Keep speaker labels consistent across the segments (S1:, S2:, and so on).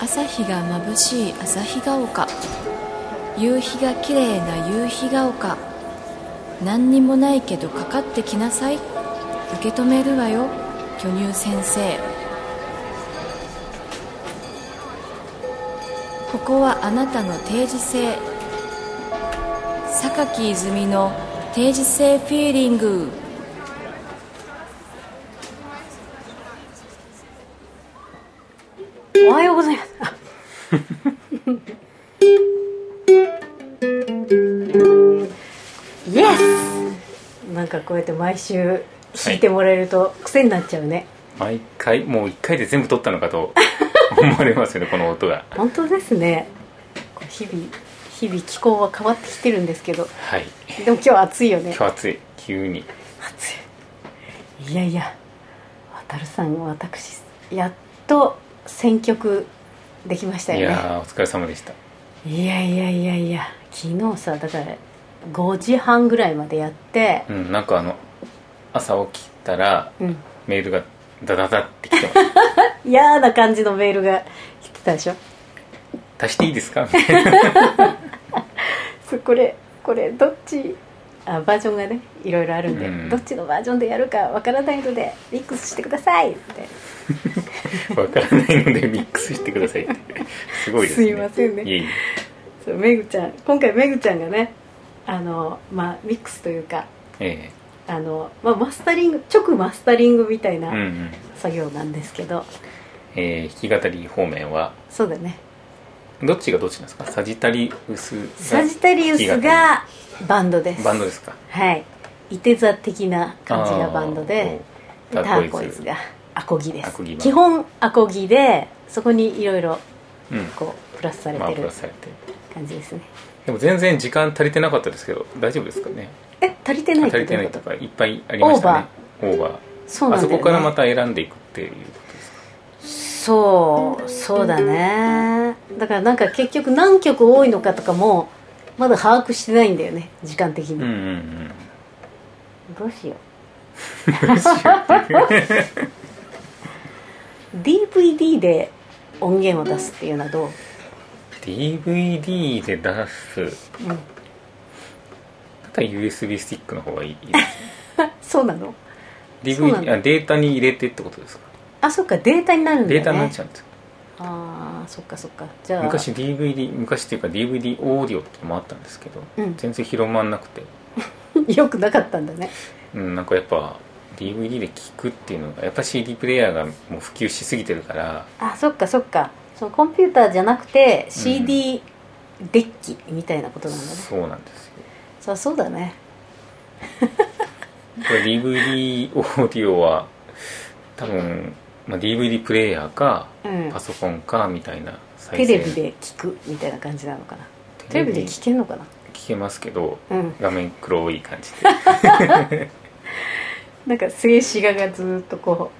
S1: 朝日が眩しい朝日が丘夕日が綺麗な夕日が丘何にもないけどかかってきなさい受け止めるわよ巨乳先生ここはあなたの定時性榊泉の定時性フィーリング
S2: おはようございます。 あイエス。なんかこうやって毎週聞いてもらえると癖になっちゃうね。
S3: 毎回もう1回で全部撮ったの かと思われますよねこの音が
S2: 本当ですね。こう日々日々気候は変わってきてるんですけど、
S3: はい
S2: でも今日は暑いよね
S3: 今。日暑い急に
S2: 暑い。いやいや、渡るさん私やっと選曲できました
S3: い
S2: よね。
S3: やーお疲れ様でした
S2: いやいやいやいや昨日さだから5時半ぐらいまでやって
S3: うんなんかあの朝起きたら
S2: うん
S3: メールがダダダってきてまし
S2: 嫌な感じのメールが来てたでしょ
S3: た足していいです かみたいな
S2: そうこれこれどっちあバージョンがねいろいろあるんで、
S3: うん
S2: どっちのバージョンでやるかわからないのでミックスしてくださいって
S3: わからないのでミックスしてくださいってすごいですね
S2: すいませんね
S3: いえいえ
S2: そうめぐちゃん今回めぐちゃんがねあのまあミックスというか
S3: え
S2: あの、まあ、マスタリング直マスタリングみたい
S3: え
S2: な
S3: うんうん
S2: 作業なんですけど、
S3: えー、弾き語り方面は
S2: そうだね
S3: どっちがどっちなんですかサジタリウスが
S2: サジタリウスがバンドです
S3: バンドですか
S2: はいいて座的な感じがバンドで
S3: あ
S2: タ
S3: ー
S2: ーコイズがアコギで
S3: アコギバン
S2: す
S3: ド
S2: 基本アコギでそこにいろいろ
S3: うん
S2: こうプラスされ
S3: まあ
S2: て
S3: プ
S2: る
S3: ラスされて
S2: 感じですね
S3: でも全然時間足りてなかったですけど大丈夫ですかね
S2: え足りてないっ
S3: 足
S2: てどう
S3: りてない
S2: いうこと
S3: かいっぱいありましたねオーバー
S2: そうなん
S3: あ
S2: だ
S3: そ
S2: よ、ね、
S3: こからまた選んでいくっていう
S2: そうそうだねだからなんか結局何曲多いのかとかもまだ把握してないんだよね時間的に、
S3: うんうん
S2: どうし よ
S3: うん
S2: う DVD で音源を出すっていうのはどう、
S3: DVD で出す
S2: うん、
S3: だったら USB スティックの方がいい
S2: そうなの
S3: です
S2: そうなんだ
S3: DVD あデータに入れてってことですか
S2: あそっかデータになるんだ
S3: デ
S2: よね
S3: ータになっちゃうんですよ
S2: ああそっかそっかじゃあ
S3: 昔 DVD 昔っていうか DVD オーディオってのもあったんですけど、
S2: うん
S3: 全然広まんなくて、
S2: よくなかったんだね
S3: うん、なんかやっぱ DVD で聞くっていうのがやっぱ CD プレイヤーがもう普及しすぎてるから
S2: あそっかそっかそのコンピューターじゃなくて CD デッキみたいなことなんだね、
S3: そうなんですよ
S2: そうそうだね
S3: これ DVD オーディオは多分、まあ、DVD プレイヤーか
S2: うん
S3: パソコンかみたいな再
S2: テレビで聞くみたいな感じなのかなテレビで聞けんのかな
S3: 聞けますけど
S2: うん
S3: 画面黒い感じ で
S2: なんか静止画がずーっとこ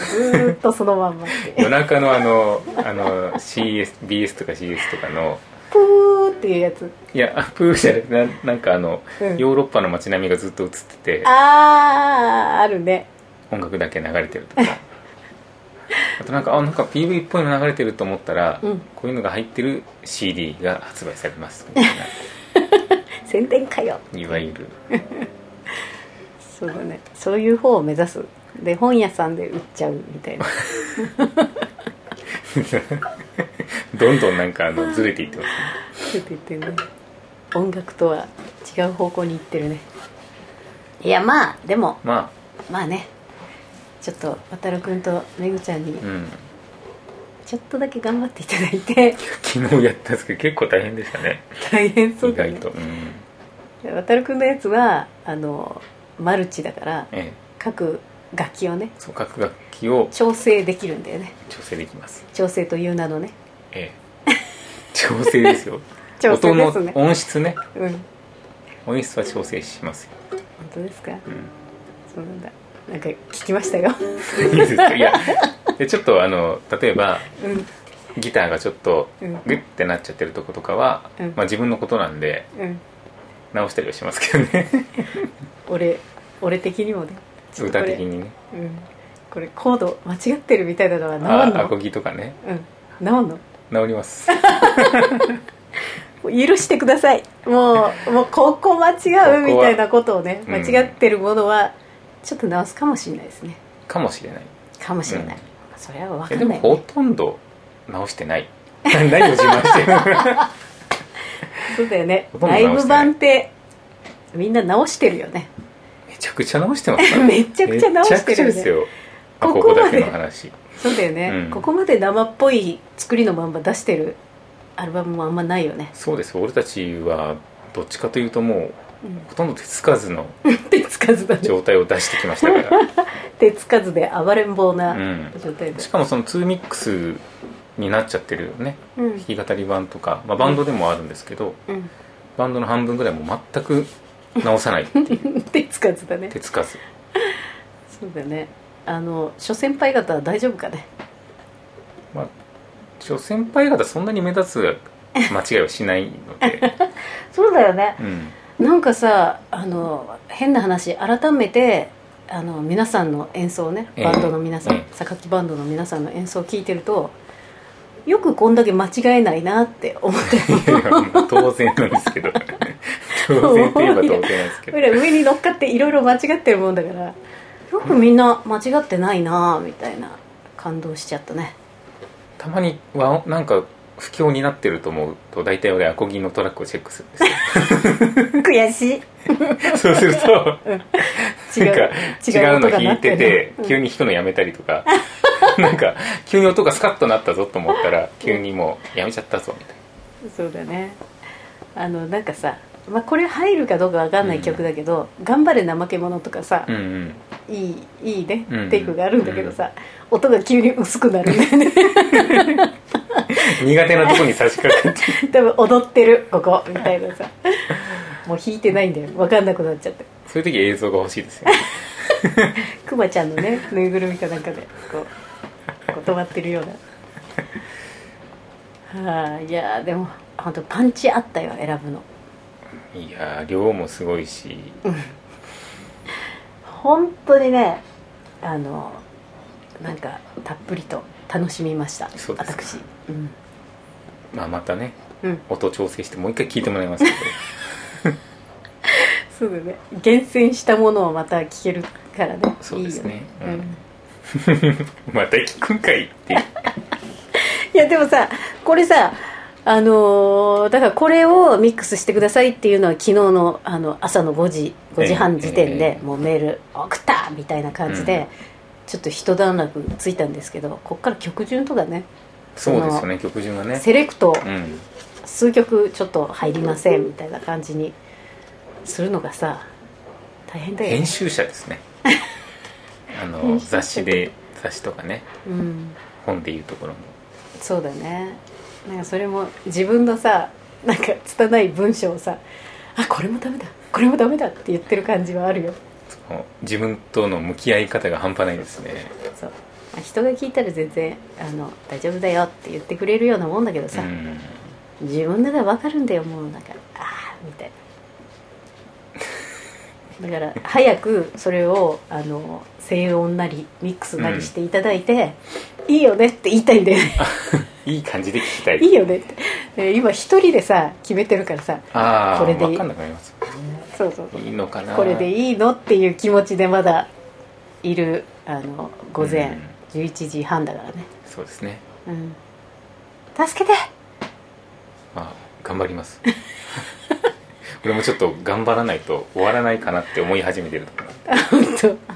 S2: うずーっとそのまんまって
S3: 夜中のあのあの CSBS とか CS とかの
S2: プーっていうやつ
S3: いやアップーじゃなくてななんかあの、
S2: うん
S3: ヨーロッパの街並みがずっと映ってて
S2: あーあるね
S3: 音楽だけ流れてると かあとなんかあなんか PV っぽいの流れてると思ったら、
S2: うん
S3: こういうのが入ってる CD が発売されますみたい
S2: 宣伝かよ
S3: ないわゆる
S2: そうだねそういう方を目指すで本屋さんで売っちゃうみたいな
S3: どんどんなんかあのずれていってますね
S2: 出ててね音楽とは違う方向に行ってるねいやまあでも
S3: ま
S2: まあねちょっと渡るくんとめぐちゃんに
S3: あうん
S2: ちょっとだけ頑張っていただいて
S3: 昨日やったんですけど結構大変でしたね
S2: 大変そう
S3: 意
S2: だ
S3: 外
S2: ね
S3: と、うん
S2: 渡るくんのやつはあのマルチだから
S3: ええ
S2: 各楽器をね
S3: そう各楽器を
S2: 調整できるんだよね
S3: 調整できます
S2: 調整という名のね
S3: え え調整ですよ
S2: 調整です
S3: 音
S2: ね
S3: の音質ね
S2: うん本
S3: 音質は調整しますよ、
S2: 当ですか
S3: う
S2: そうなんだなんか聞きましたよ
S3: ん、いいですかいやでちょっとあの例えば
S2: うん
S3: ギターがちょっと
S2: うん
S3: グッてなっちゃってるとことかは、
S2: うん
S3: まあ、自分のことなんで
S2: うん
S3: 直したりはしますけどね
S2: 俺俺的にもね ちょっとこ
S3: 歌
S2: れ
S3: 的にね
S2: うんこれコード間違ってるみたいなのは
S3: あ
S2: 直ん
S3: あア
S2: の
S3: コギとかね
S2: うん直んの
S3: 治ります
S2: 許してくださいもうもうここ間違うみたいなことをね
S3: ここはうん
S2: 間違ってるものはちょっと直すかもしれないですね
S3: かもしれない
S2: かもしれない、
S3: うん
S2: それは分
S3: いや
S2: か
S3: で
S2: んな
S3: も
S2: い
S3: ほとんど直してない 何を自慢してる
S2: そうだよね
S3: ほとんど
S2: ラ
S3: 直
S2: イ
S3: してない
S2: ブ版ってみんな直してるよね
S3: めちゃくちゃ直してます から
S2: めちゃくちゃ直してるよね
S3: めちゃくちゃですよまあ
S2: こ
S3: こ
S2: こ
S3: こ
S2: ま
S3: だ
S2: で
S3: けの話
S2: そうだよね、
S3: うん
S2: ここまで生っぽい作りのまんま出してるアルバムもあんまないよね、
S3: そうです俺たちはどっちかというともう
S2: うん、
S3: ほとんど手つかずの
S2: 手つかずだね
S3: 状態を出してきましたか
S2: 手つかずで暴れん坊
S3: ら、
S2: な
S3: う
S2: 状態
S3: ん、
S2: で
S3: し、かもその2ミックスになっちゃってるよね
S2: うん
S3: 弾き語り版とか、まあ、バンドでもあるんですけど、
S2: うん
S3: バンドの半分ぐらいもう全く直 さないっていう
S2: 手つかずだね
S3: 手つかず
S2: そうだねあの諸先輩方は大丈夫かね
S3: まあ一応先輩方そんなに目立つ間違いはしない ので、
S2: そうだよね
S3: うん、
S2: なんかさあの変な話改めてあの皆さんの演奏をね
S3: ええ
S2: バンドの皆さん
S3: え
S2: 榊、バンドの皆さんの演奏を聞いてるとよくこんだけ間違えないなって思って
S3: いやまあ当然なんですけど当然といえば当然なんですけど
S2: 俺ら上に乗っかっていろいろ間違ってるもんだからよくみんな間違ってないなみたいな感動しちゃったね
S3: たまにはなんか不況になってると思うと大体俺アコギのトラックをチェックするん ですよ
S2: 悔しい
S3: そうすると
S2: 違
S3: なんか
S2: う
S3: 違うの
S2: 音が
S3: 弾
S2: 鳴
S3: いてて、
S2: うん
S3: 急に弾くのやめたりとか なんか急に音がスカッとなったぞと思ったら急にもうやめちゃったぞみたい
S2: そうだねあのなんかさ、まあ、これ入るかどうかわかんない曲だけど「頑張れ怠け者」とかさ、
S3: なうんうん
S2: いいいいね、
S3: うん
S2: テイクがあるんだけどさ、音が急に薄くなるんだよね
S3: 苦手なとこに差し掛かって
S2: 多分踊ってるここみたいなさもう弾いてないんだよ分かんなくなっちゃって
S3: そういう時映像が欲しいですよね
S2: クマちゃんのねぬいぐるみかなんかでこうこう止まってるよう なはあいやーでも本当パンチあったよ選ぶの
S3: いやー量もすごいし
S2: 本当にねあのなんかたっぷりと楽しみました
S3: そうですか
S2: 私うん、
S3: まあまたね
S2: うん、
S3: 音調整してもう一回聞いてもらいますけど
S2: そうだね厳選したものをまた聞けるからね
S3: そうですね
S2: いいよね
S3: うん
S2: うん
S3: また聞くんかいって
S2: いやでもさこれさあのーだからこれをミックスしてくださいっていうのは昨日のあの朝の5時5時半時点
S3: え
S2: で
S3: え
S2: もうメール送ったみたいな感じで、
S3: うん
S2: ちょっと一段落ついたんですけどこっから曲順とかね
S3: そうですよね曲順がね
S2: セレクト
S3: うん
S2: 数曲ちょっと入りませんみたいな感じにするのがさ大変だよ
S3: 編
S2: ね、
S3: 集者ですねあ
S2: 編
S3: の
S2: 集者
S3: 雑誌で雑誌とかね
S2: うん、
S3: 本でいうところの
S2: そうだねなんかそれも自分のさなんか拙い文章をさあこれもダメだこれもダメだって言ってる感じはあるよ
S3: その自分との向き合い方が半端ないですね
S2: そう、まあ人が聞いたら全然あの大丈夫だよって言ってくれるようなもんだけど
S3: う
S2: さ、
S3: ん
S2: 自分でが分かるんだよもうなんかああみたいなだから早くそれをあの静音なりミックスなりしていただいて、いいよねって言いたいんだよね
S3: いい感じで聞きたい
S2: いいよねってで今一人でさ決めてるからさ
S3: ああ
S2: これでいい
S3: 分かんなくなります
S2: そうそう
S3: いいのかな
S2: これで
S3: い
S2: いいのっていう気持ちでまだいるあの午前11時半だからね、
S3: そうですね
S2: うん、助けて
S3: まあ頑張ります 俺もちょっと頑張らないと終わらないかなって思い始めてるとこ
S2: 本当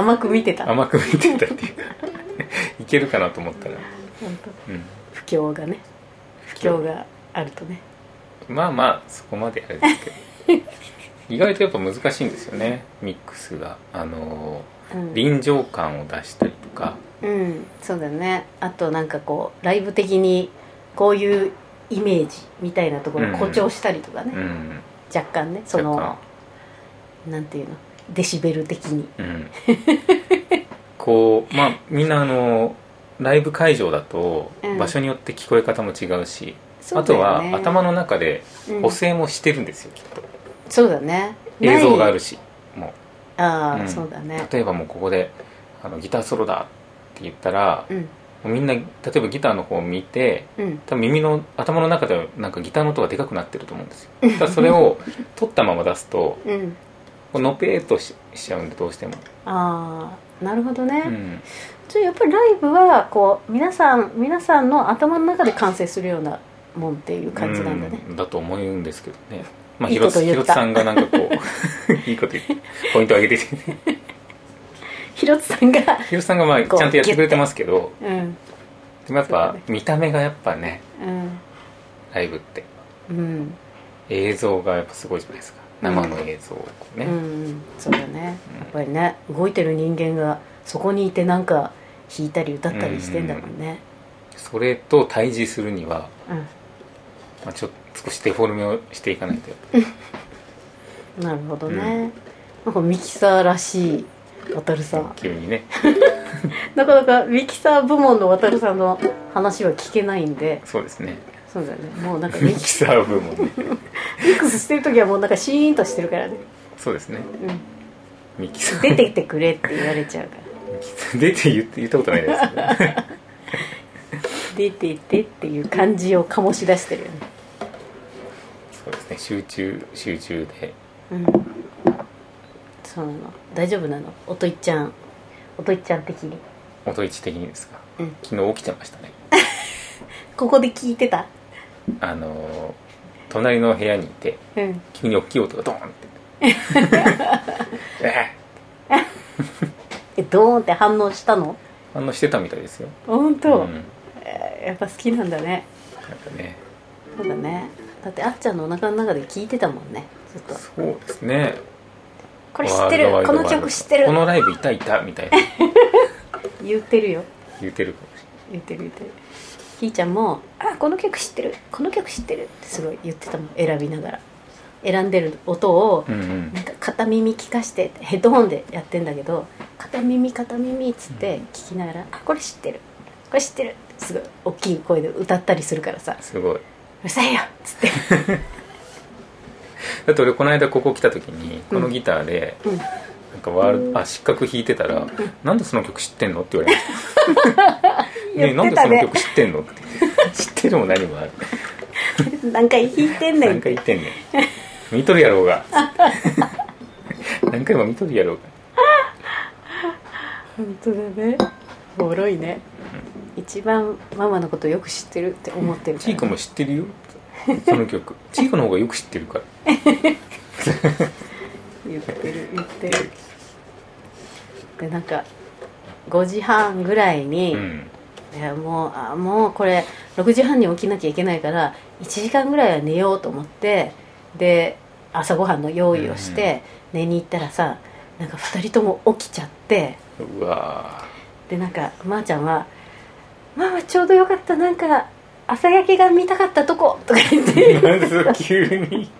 S2: 甘く見てた本
S3: 甘く見てたっていうかいけるかなと思ったら、
S2: 当
S3: うん、
S2: 不況がね不況があるとね
S3: まあまあそこまであれですけど意外とやっぱ難しいんですよねミックスがあの
S2: うん、
S3: 臨場感を出したりとか
S2: うん、そうだねあとなんかこうライブ的にこういうイメージみたいなところを誇張したりとかね、
S3: うん
S2: 若干ねそ
S3: 若
S2: のなんていうのデシベル的に
S3: うんこうまあみんなあのライブ会場だと
S2: うん
S3: 場所によって聞こえ方も違うし、
S2: そ
S3: あ
S2: うだ
S3: と
S2: よ
S3: は
S2: ね
S3: 頭の中で
S2: うん
S3: 補正もしてるんですよ、きっと
S2: そうだね
S3: 映像があ
S2: ない
S3: るしも
S2: ああ、
S3: うん
S2: そうだ
S3: う
S2: ね
S3: 例えばもうここであのギターソロだって言ったら、
S2: うん
S3: みんな例えばギターの方を見て
S2: うん
S3: 多分耳の頭の中ではなんかギターの音がでかくなってると思うん ですよただそれを取ったまま出すと
S2: うん
S3: こうのぺーっとししちゃうんでどうしても、
S2: ああなるほど
S3: う
S2: ね、
S3: ん、
S2: じゃあやっぱりライブはこう皆さん皆さんの頭の中で完成するようなもんっていう感じなんだね、
S3: うだと思うんですけどねまあ
S2: いい
S3: ひろ
S2: こと
S3: つひ
S2: 言
S3: ろ
S2: っ
S3: つ
S2: た
S3: さんがなんかこう いいこと言ってポイントを上げてて
S2: ひろつさんが
S3: ひろつさんがまあち
S2: こう
S3: ゃんとやってくれてますけど
S2: うん
S3: でもやっ
S2: そうだ
S3: ぱ
S2: ね
S3: 見た目がやっぱね
S2: うん
S3: ライブって
S2: うん
S3: 映像がやっぱすごいじゃないですか生の映像をこうね、
S2: うん、そうだねやっぱりね動いてる人間がそこにいてなんか弾いたり歌ったりしてんだもんね、
S3: それと対峙するには、
S2: うん
S3: まあ、ちょっと少しデフォルメをしていかないと
S2: なるほどね、なんかミキサーらしい渡るさん
S3: 急にね
S2: なかなかミキサー部門の渡るさんの話は聞けないんで
S3: そうですね
S2: そうだよねもうなんかミ
S3: ミ
S2: キ
S3: キサー部門ね
S2: ミックスしてる時はもうなんかシーンとしてるからね、
S3: そうですね
S2: うん、
S3: ミキサー
S2: 出てきてくれって言われちゃうから
S3: ミキサー出て言って言ったことないですけど
S2: 出てってっていう感じを醸し出してるよね、
S3: そうですね集中集中で
S2: うん、そうなの大丈夫なのおといちゃんおといちゃん的に
S3: 音一的にですが、
S2: うん
S3: 昨日起きてましたね
S2: ここで聞いてた
S3: あのー隣の部屋にいて
S2: うん
S3: 急に大きい音がドーンってえ
S2: えドーンって反応したの
S3: ー、反応してたみたいですよ
S2: 本当、
S3: ん、なん
S2: えーやっぱ好きなんだね
S3: かね
S2: そうだねだってあっちゃんのお腹の中で聞いてたもんねずっと
S3: そうですね
S2: これ知ってる
S3: ワール
S2: こ
S3: ド
S2: の
S3: ワイドワールド
S2: 曲知ってる
S3: このライブいたいたみたいな
S2: 言ってるよ
S3: 言ってるかもしれ
S2: 言
S3: ない
S2: ってる言ってるひーちゃんも「あこの曲知ってるこの曲知ってる」ってすごい言ってたもん選びながら選んでる音を
S3: うんうん
S2: なんか片耳聞かしてヘッドホンでやってんだけど片耳片耳っつって聞きながら「あこれ知ってるこれ知ってる」ってすごい大きい声で歌ったりするからさ「
S3: すごいう
S2: るさいよ」っつって
S3: だって俺この間ここ来た時にこのギターで、
S2: うん
S3: なんかワールドあ失格弾いてたら「なんでその曲知ってんの?」って言われました「ねえ
S2: 言
S3: な
S2: っ
S3: ん
S2: て
S3: で
S2: た
S3: その
S2: ね
S3: 曲知ってんの?」って 知ってるも何もある
S2: 何回弾いてんねん
S3: 何回言ってんねん見とるやろう が何回も見とるやろうが
S2: 本当だねおもろいね一番ママのことよく知ってるって思ってるから
S3: チークも知ってるよその曲チークの方がよく知ってるから
S2: 言ってる言ってるでなんか5時半ぐらいに、
S3: うん
S2: いやもうあもうこれ6時半に起きなきゃいけないから1時間ぐらいは寝ようと思ってで朝ごはんの用意をして寝に行ったらさなんか2人とも起きちゃって
S3: うわ
S2: でなんかまー、ちゃんは「ママちょうどよかったなんか朝焼けが見たかったとこ」とか言 って
S3: ー まず急に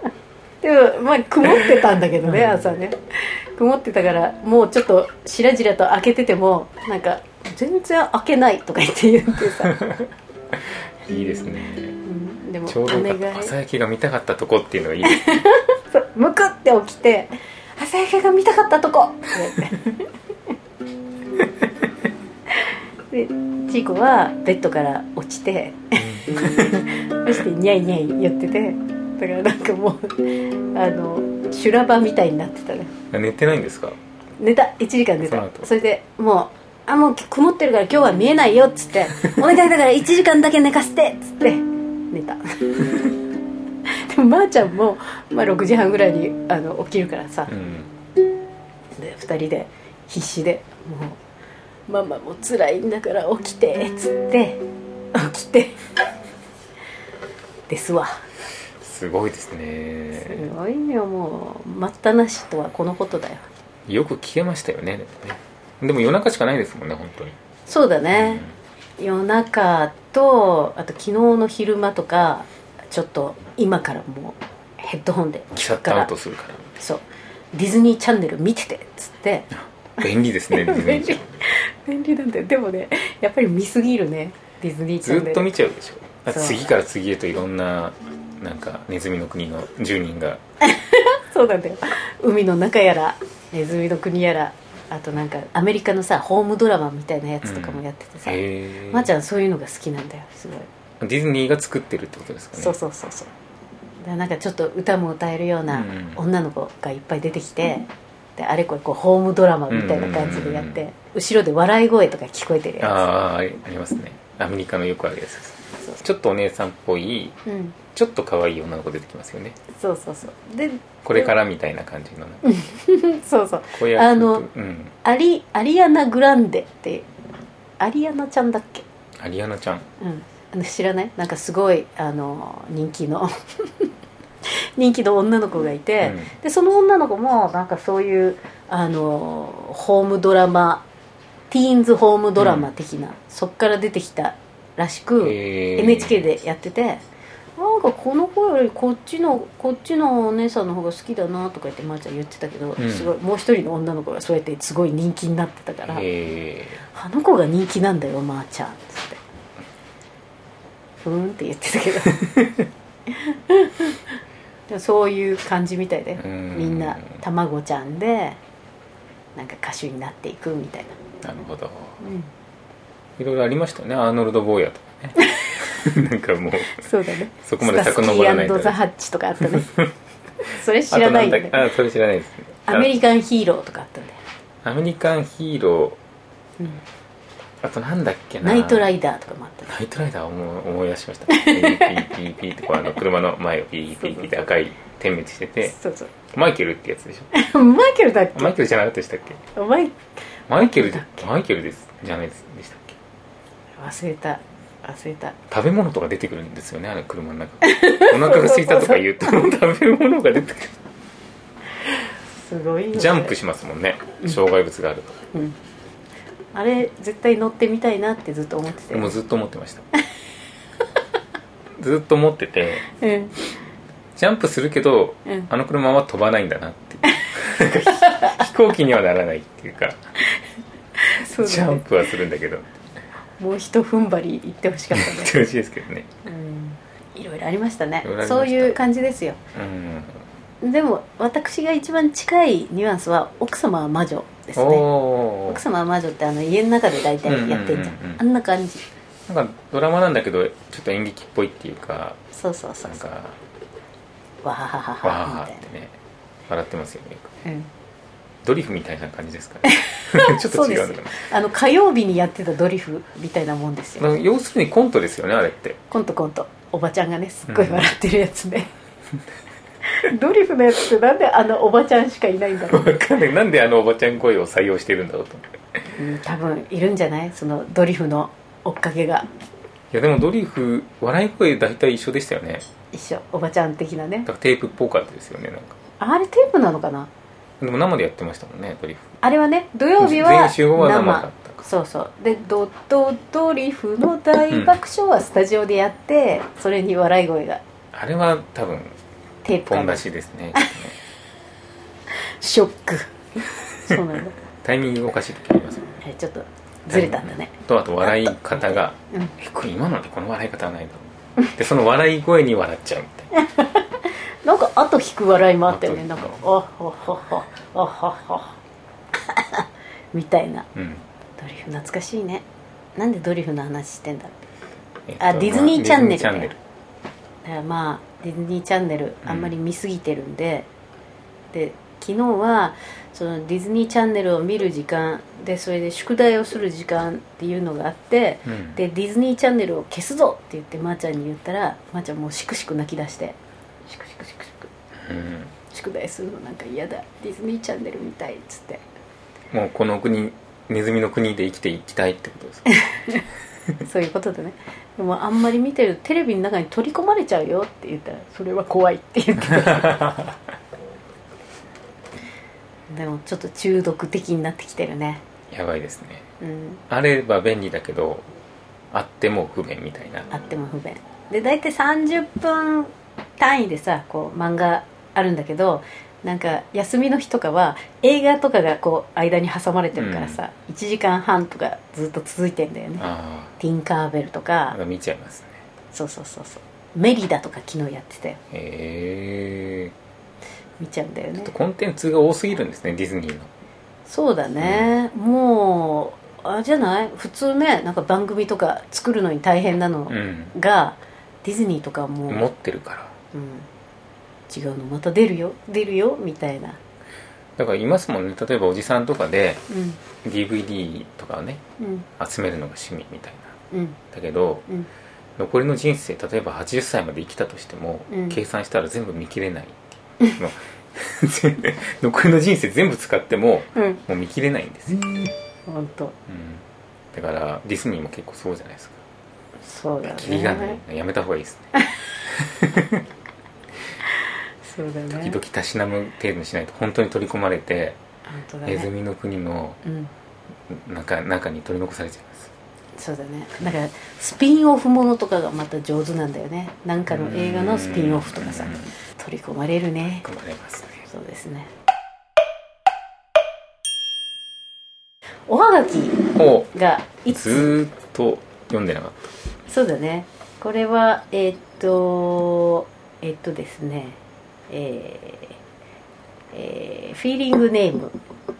S2: でもまあ曇ってたんだけどね
S3: うん
S2: 朝ね曇ってたからもうちょっとしらじらと開けててもなんか全然開けないとか言って言ってさ、
S3: いいですね
S2: うんでも
S3: ちょうどよかった
S2: い
S3: 朝焼けが見たかったとこっていうのがいいですね
S2: そうむくって起きて「朝焼けが見たかったとこ!」って言ってでちーこはベッドから落ちてそしてニャイニャイ言っててだからなんかもうあの修羅場みたいになってたね
S3: 寝てないんですか
S2: 寝た1時間寝
S3: そ
S2: た
S3: の後
S2: それでもう「あもう曇ってるから今日は見えないよ」っつ って「お願いだから1時間だけ寝かせて」っつって寝 たでもまー、ちゃんも、まあ、6時半ぐらいにあの起きるからさ
S3: うん
S2: で2人で必死でもう「ママも辛いんだから起きて」っつって起きてですわ
S3: すごいです
S2: す
S3: ね
S2: ごいよもう待ったなしとはこのことだよ
S3: よく消えましたよねでもねでも夜中しかないですもんね本当に
S2: そうだね、夜中とあと昨日の昼間とかちょっと今からもうヘッドホンで
S3: シャッ
S2: か
S3: トアウ
S2: ら
S3: トするか
S2: そうディズニーチャンネル見ててっつって
S3: ら便利 ですねディズニーちゃん
S2: 便利なんだよでもねやっぱり見すぎるねディズニーチ
S3: ず
S2: ャンネ
S3: っ
S2: ル
S3: と見ちゃうでしょだって
S2: そう
S3: 次から次へといろんななんかネズミの国の住人が
S2: そうなんだよ海の中やらネズミの国やらあとなんかアメリカのさホームドラマみたいなやつとかもやっててさ、
S3: へえ
S2: まーちゃんそういうのが好きなんだよすごい、
S3: ディズニーが作ってるってことですかね
S2: そうそうそうそうだからなんかちょっと歌も歌えるよう
S3: う
S2: なん
S3: うん
S2: 女の子がいっぱい出てきて、であれこれこうホームドラマみたいな感じでやって、
S3: うんうんうん
S2: 後ろで笑い声とか聞こえてるや
S3: ああありありますねアメリカのよくあるやつです
S2: つそうそ,、
S3: ちょっとお姉さんっぽいう
S2: うん、
S3: ちょっと可愛い女の子出てきますよね
S2: そうそうそうで
S3: これからみたいな感じの
S2: そうそう
S3: 子役と
S2: あの
S3: うん、
S2: アリアリアナ・グランデってアリアナちゃんだっけ、
S3: アリアナちゃん
S2: うんあの、知らないなんかすごいあの人気の 人気の女の子がいて、でその女の子もなんかそういうあのホームドラマティーンズホームドラマ的な、そっから出てきたらし
S3: うん
S2: く、
S3: へー
S2: NHK でやっててなんかこの子よりこっちのこっちのお姉さんの方が好きだなとか言ってまーちゃん言ってたけど、
S3: うん
S2: すごいもう一人の女の子がそうやってすごい人気になってたから、
S3: へ
S2: あの子が人気なんだよまー、ちゃんっつってふーんって言ってたけどでもそういう感じみたいで
S3: ーうん
S2: みんな卵ちゃんでなんか歌手になっていくみたいな、
S3: なるほど
S2: うん、
S3: いろいろありましたよねアーノルド・ボーヤとかね なんかもう
S2: そうだね
S3: そこまで
S2: スタスキ
S3: 遡らない
S2: ー
S3: と
S2: ザ・ハッチとかあった ねそれ知らないんだ
S3: あと
S2: ね
S3: んだっけあそれ知らないですね
S2: アメリカンヒーローとかあったんだよ、
S3: アメリカンヒーロ
S2: うん
S3: ーあとなんだっけな
S2: ナイトライダーとかもあったね
S3: ナイトライダーを思い思い出しましたピーピーピーピーってこうあの車の前をピーピーピーって赤い点滅してて
S2: そう そう
S3: マイケルってやつでし
S2: マイケルだっ
S3: ょマイケルじゃなかったでしたっけ
S2: けマイ
S3: マイケル
S2: だっけ
S3: マイケルですじゃないですでしたっけ
S2: 忘れた忘れた
S3: 食べ物とか出てくるんですよねあの車の中 お腹が空いたとか 言うと食べ物が出てく
S2: すごいよね
S3: るジャンプしますもんね障害物があると
S2: うんあれ絶対乗ってみたいなってずっと思ってて
S3: でもずっと思ってましたずっと思ってて
S2: うん
S3: ジャンプするけど
S2: うん
S3: あの車は飛ばないんだなって いうなんか飛行機にはならないっていうか
S2: そう
S3: ジャ
S2: だ
S3: ン
S2: ね
S3: プはするんだけど
S2: もうひと踏ん張り行ってほしかっ
S3: やってほしいですけどね
S2: たね、うん、いろいろありましたね
S3: いろいろありました
S2: そういう感じですよ
S3: うん
S2: でも私が一番近いニュアンスは奥様は魔女ですね
S3: お
S2: 奥
S3: ー
S2: 様は魔女ってあの家の中で大体やってんじゃん,、
S3: うんうんうんうん
S2: あんな感じ
S3: なんかドラマなんだけどちょっと演劇っぽいっていうか
S2: そうそうそ
S3: な
S2: うんそ
S3: か
S2: うわははは
S3: わ
S2: は
S3: ー
S2: みたい
S3: ってね笑ってますよねよく
S2: な、うん、
S3: ドリフみたいな感じですか ねちょっと違う
S2: そう
S3: の
S2: で
S3: か
S2: あの火曜日にやってたドリフみたいなもんです
S3: な
S2: よ
S3: なんか要するにコントですよねあれって
S2: コントコントおばちゃんがねすっごい笑ってるやつね、 ドリフのやつってなんであのおばちゃんしかいないんだろう、
S3: わかんないなんであのおばちゃん声を採用してるんだろうと思ってい
S2: うん、多分いるんじゃないそのドリフの追っかけが
S3: やでもドリフ笑い声大体一緒でしたよね
S2: 一緒おばちゃん的なね
S3: だからテープっぽかったですよねなんか
S2: あれテープなのかな
S3: でも生でやってましたもんねドリフ
S2: あれはね土曜日は
S3: 前週は生だったか
S2: そうそうでドドドリフの大爆笑はスタジオでやって、それに笑い声が
S3: あれは多分
S2: テープ
S3: ポ
S2: か
S3: ン
S2: な
S3: 出しですね
S2: ショックそうなんだ
S3: タイミングがおかしい時ありますよね
S2: あれちょっとずれたんだね
S3: とあと笑い方が
S2: うん
S3: 「えこれ今のでこの笑い方はないだろう」でその笑い声に笑っちゃうみたいな
S2: なんか後引く笑いもあったよねなんか「あ
S3: 後
S2: はははあはは」みたいな
S3: うん
S2: ドリフ懐かしいねなんでドリフの話してんだろ
S3: えっ
S2: あディズニーチャンネル
S3: まあディズニーチャンネル
S2: うだからまあディズニーチャンネルあんまり見すぎてるんで、で昨日はそのディズニーチャンネルを見る時間でそれで宿題をする時間っていうのがあって
S3: うん
S2: でディズニーチャンネルを消すぞって言ってまー、ちゃんに言ったらまー、ちゃんもうシクシク泣き出してシクシクシクシク
S3: うん
S2: 宿題するのなんか嫌だディズニーチャンネル見たいっつって
S3: もうこの国ネズミの国で生きていきたいってことですか
S2: そういうことでねでもあんまり見てるテレビの中に取り込まれちゃうよって言ったらそれは怖いって言ってた でもちょっと中毒的になってきてるね
S3: やばいですね
S2: うん
S3: あれば便利だけどあっても不便みたいな
S2: あっても不便で大体30分単位でさこう漫画あるんだけどなんか休みの日とかは映画とかがこう間に挟まれてるからさ、1時間半とかずっと続いてんだよね
S3: あ
S2: ティンカーベルと
S3: あ
S2: か
S3: まだ見ちゃいますね
S2: そうそうそうそうメリダとか昨日やってたよ
S3: へえ
S2: 見ちゃうんだよ
S3: ちょ
S2: ね
S3: っとコンテンツが多すぎるんですねディズニーの
S2: そうだね、もうあれじゃない普通ねなんか番組とか作るのに大変なの
S3: うん
S2: が、ディズニーとかもう、
S3: 持ってるから
S2: うん違うのまた出るよ出るよみたいな
S3: だからいますもんね例えばおじさんとかで
S2: う
S3: DVD とかをね
S2: んうん
S3: 集めるのが趣味みたいな
S2: うん
S3: だけど
S2: うん
S3: 残りの人生例えば80歳まで生きたとしても、
S2: うん
S3: 計算したら全部見切れないっていうの全然 残りの人生全部使っても
S2: うん
S3: もう見切れないんですよ、
S2: 本当
S3: うんだからディズニーも結構そうじゃないですか
S2: そうだね
S3: キリがないやめた方がいいですね
S2: そうだね
S3: 時々たしなむ程度にしないと本当に取り込まれて、
S2: 本当だ
S3: ネズ
S2: ね
S3: ミの国の
S2: うん
S3: 中中に取り残されちゃいます
S2: そうだねだからスピンオフものとかがまた上手なんだよねなんかの映画のスピンオフとかさ
S3: うん
S2: 取り込まれるね
S3: 取り込まれますね
S2: そうですねおはがき
S3: を
S2: がい
S3: ず
S2: つ
S3: ーっと読んでなかっ
S2: そうだねこれはえーっとえーっとですねえーえーフィーリングネーム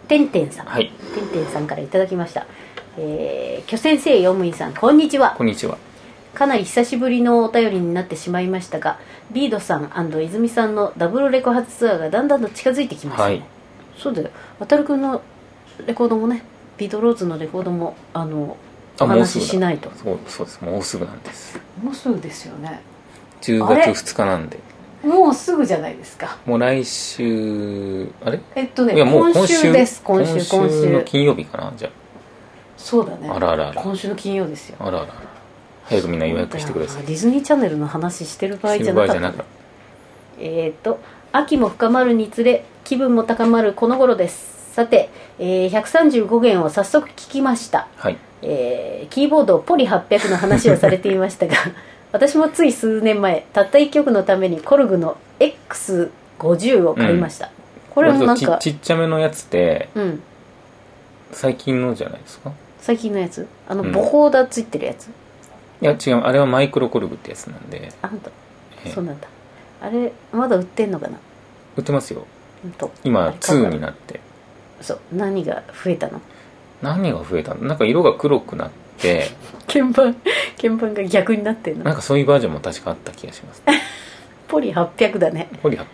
S2: てんてんさん、
S3: たはい
S2: てんてんさんからいただきましたえー、巨先生よむいさんこんにちは
S3: こんにちは
S2: かなり久しぶりのお便りになってしまいましたがビードさん泉さんのダブルレコ発ツアーがだんだんと近づいてきましたね、
S3: はい
S2: そうだよ渡るくんのレコードもねビートローズのレコードもあの
S3: あ
S2: お
S3: もう
S2: 話
S3: す
S2: し
S3: ぐだ
S2: しないと
S3: そうそうですもうすぐなんです
S2: もうすぐですよね
S3: 10
S2: あれ
S3: 月2日なんで
S2: もうすぐじゃないですか
S3: もう来週あれ
S2: えっと
S3: いやもう
S2: 今週です今週今
S3: 今週の
S2: 週
S3: 金曜日かなじゃ
S2: そうだね
S3: ああらあらあら
S2: 今週の金曜ですよ
S3: ああらあらあら早くみんな予約してください
S2: ディズニーチャンネルの話してる場合
S3: して
S2: じゃ
S3: る
S2: な
S3: 場
S2: か
S3: 合
S2: った
S3: じゃなかっ
S2: えー、と秋も深まるにつれ気分も高まるこの頃ですさて、えー135弦を早速聞きました、
S3: たはい
S2: えーキーボードポリ800の話をされていましたが 私もつい数年前たった1曲のためにコルグの X50 を買いました、これもなん
S3: 割と
S2: か
S3: ちちっちゃめのやつで
S2: うん
S3: 最近のじゃないですか
S2: 最近のやつあの
S3: うん
S2: ボホーダーついてるやつ、
S3: いや違うあれはマイクロコルグってやつなんで、
S2: あほんと
S3: ええ
S2: そうなんだあれまだ売ってんのかな
S3: 売ってますよ
S2: ほんと
S3: 今
S2: あれ買うか
S3: 2
S2: ら
S3: になって
S2: そう何が増えたの
S3: 何が増えたのなんか色が黒くなって
S2: 鍵盤 鍵盤が逆になってんの
S3: なんかそういうバージョンも確かあった気がし ます
S2: ポリ800だね
S3: ホリハ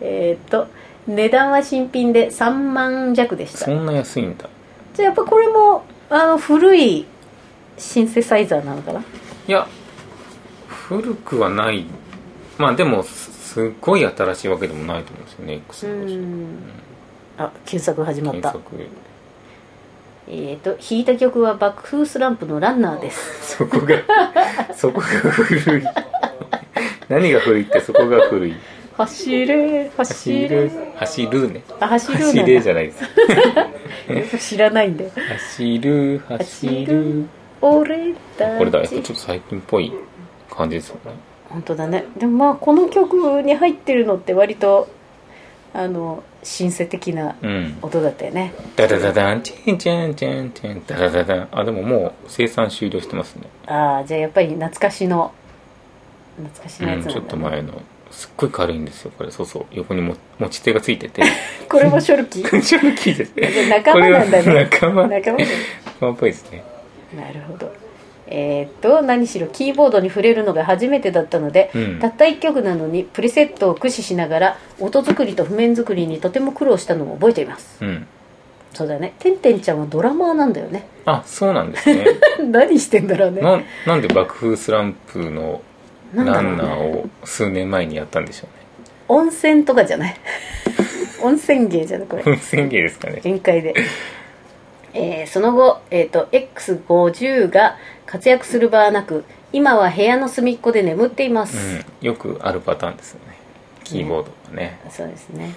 S2: えーっと値段は新品で3万弱でした
S3: そんな安いんだ
S2: じゃあやっぱこれもあの古いシンセサイザーなのかない
S3: や古くはないまあでもすすっごい新しいわけでもないと思うんですよね X
S2: う
S3: の
S2: ーんあ検索始まっ
S3: 検
S2: た
S3: 索
S2: えーっと弾いた曲はバックフースランプのランナー です
S3: そこがそこが 古い 何が古いってそこが古い
S2: 走れ走れ
S3: 走るね
S2: あ走る
S3: 走れじゃないです
S2: ないよく知らないんで
S3: 走る走る
S2: 俺たち
S3: これだやっぱちょっと最近っぽい感じですよね
S2: 本当だねでもまあこの曲に入ってるのって割とあのシンセ的な
S3: うん
S2: 音だったよね
S3: ダダダダンチンチンチンチンダダダダンあでももう生産終了してますね
S2: ああじゃあやっぱり懐かしの懐かしのや
S3: う
S2: つ
S3: ん
S2: なんだ、
S3: ち
S2: ね
S3: ょっと前のすっごい軽いんですよこれそうそう横にも持ち手がついて て
S2: これもショルキー
S3: ちょっと聞いてて
S2: 仲間なんだ
S3: これは
S2: ね
S3: 仲間
S2: 仲間だね
S3: 仲間っぽいですね
S2: なるほどえーっと何しろキーボードに触れるのが初めてだったので、
S3: うん
S2: たった1曲なのにプリセットを駆使しながら音作りと譜面作りにとても苦労したのを覚えています
S3: うん
S2: そうだねてんてんちゃんはドラマーなんだよね
S3: あそうなんですね
S2: 何してんだろうね
S3: ななんで爆風スランプの
S2: なん
S3: ラ
S2: だろう
S3: ン
S2: ね
S3: ナーを数年前にやったんでしょ
S2: 温泉とかじゃない 温泉芸じゃないこ
S3: う
S2: れ
S3: ね温泉芸ですかね
S2: 限界で、えーその後、えー、と X50 が活躍する場はなく今は部屋の隅っこで眠っています、
S3: うんよくあるパターンですよねキーボードがね
S2: そうですね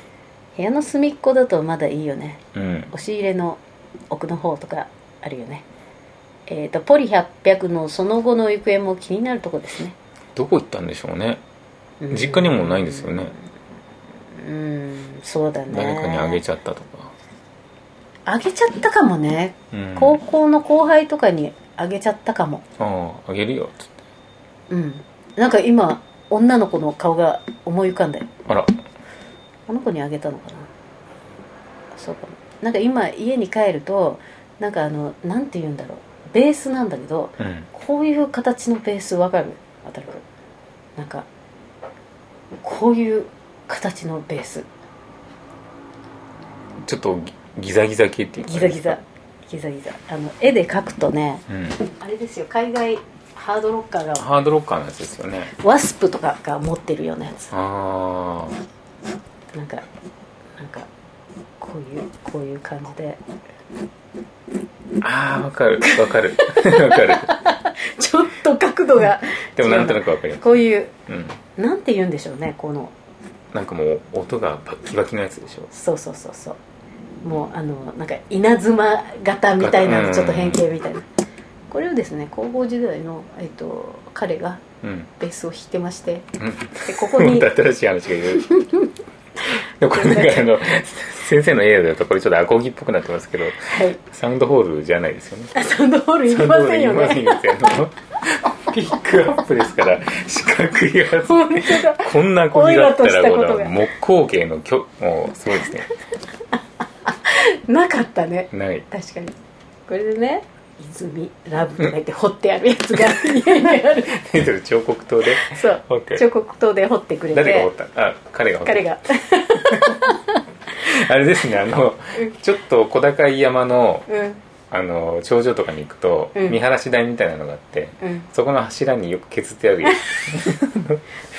S2: 部屋の隅っこだとまだいいよね
S3: うん
S2: 押し入れの奥の方とかあるよねえー、とポリ800のその後の行方も気になるとこですね
S3: どこ行ったんでしょうね実家にもないんですよね
S2: うんそうだね
S3: 誰かにあげちゃったとか
S2: あげちゃったかもね
S3: うん
S2: 高校の後輩とかにあげちゃったかも
S3: あああげるよっつって
S2: うんなんか今女の子の顔が思い浮かんだよ
S3: あら
S2: この子にあげたのかなそうかもなんか今家に帰るとなんかあのなんて言うんだろうベースなんだけど
S3: うん
S2: こういう形のベースわかる当たるなんかこういう形のベース
S3: ちょっとギギザギザ系っていうか
S2: ギザギザギザギザあの絵で描くとね
S3: うん
S2: あれですよ海外ハードロッカーが
S3: ハードロッカーのやつですよね
S2: ワスプとかが持ってるようなやつ
S3: あ
S2: なんかなんかこういうこういう感じで
S3: ーあーわかるわかる わかる
S2: ちょっと角度が
S3: でもなんとなくわかるよ
S2: こういう
S3: うん
S2: なんて言うんでしょうねこの
S3: なんかもう音がバッキバキのやつでしょ
S2: そうそうそうそうもうあのなんか稲妻型みたいな
S3: うん
S2: ちょっと変形みたいなこれをですね高校時代の、えっと彼が
S3: うん
S2: ベースを弾いてまして
S3: うん
S2: でここ
S3: ま
S2: に
S3: た新しい話がいろいろでもこれなんかあの先生の映画だとこれちょっとアコギっぽくなってますけど
S2: はい
S3: サウンドホールじゃないですよね
S2: あサンドホールい
S3: サ
S2: り
S3: ウンド
S2: ま
S3: ホー
S2: せ
S3: ル
S2: ん
S3: い
S2: よ
S3: りません
S2: ね
S3: よってあのピックアップですから四角いやつ
S2: 本当だ
S3: こんなアコギだった
S2: オイラとし
S3: ら
S2: た
S3: こ
S2: こと
S3: う
S2: が
S3: だ木工系のきょもうすごいですね
S2: なかったね
S3: ない
S2: 確かにこれでね「泉ラブ」とか言って掘ってあるやつが家に ある
S3: タイトル彫刻刀で
S2: そう
S3: 彫って
S2: 彫刻刀で掘ってくれて
S3: 誰が掘ったあ彼が掘った
S2: 彼が
S3: あれですねあのちょっと小高い山の
S2: うん
S3: あの頂上とかに行くと、
S2: うん
S3: 見晴らし台みたいなのがあって
S2: うん
S3: そこの柱によく削ってあるや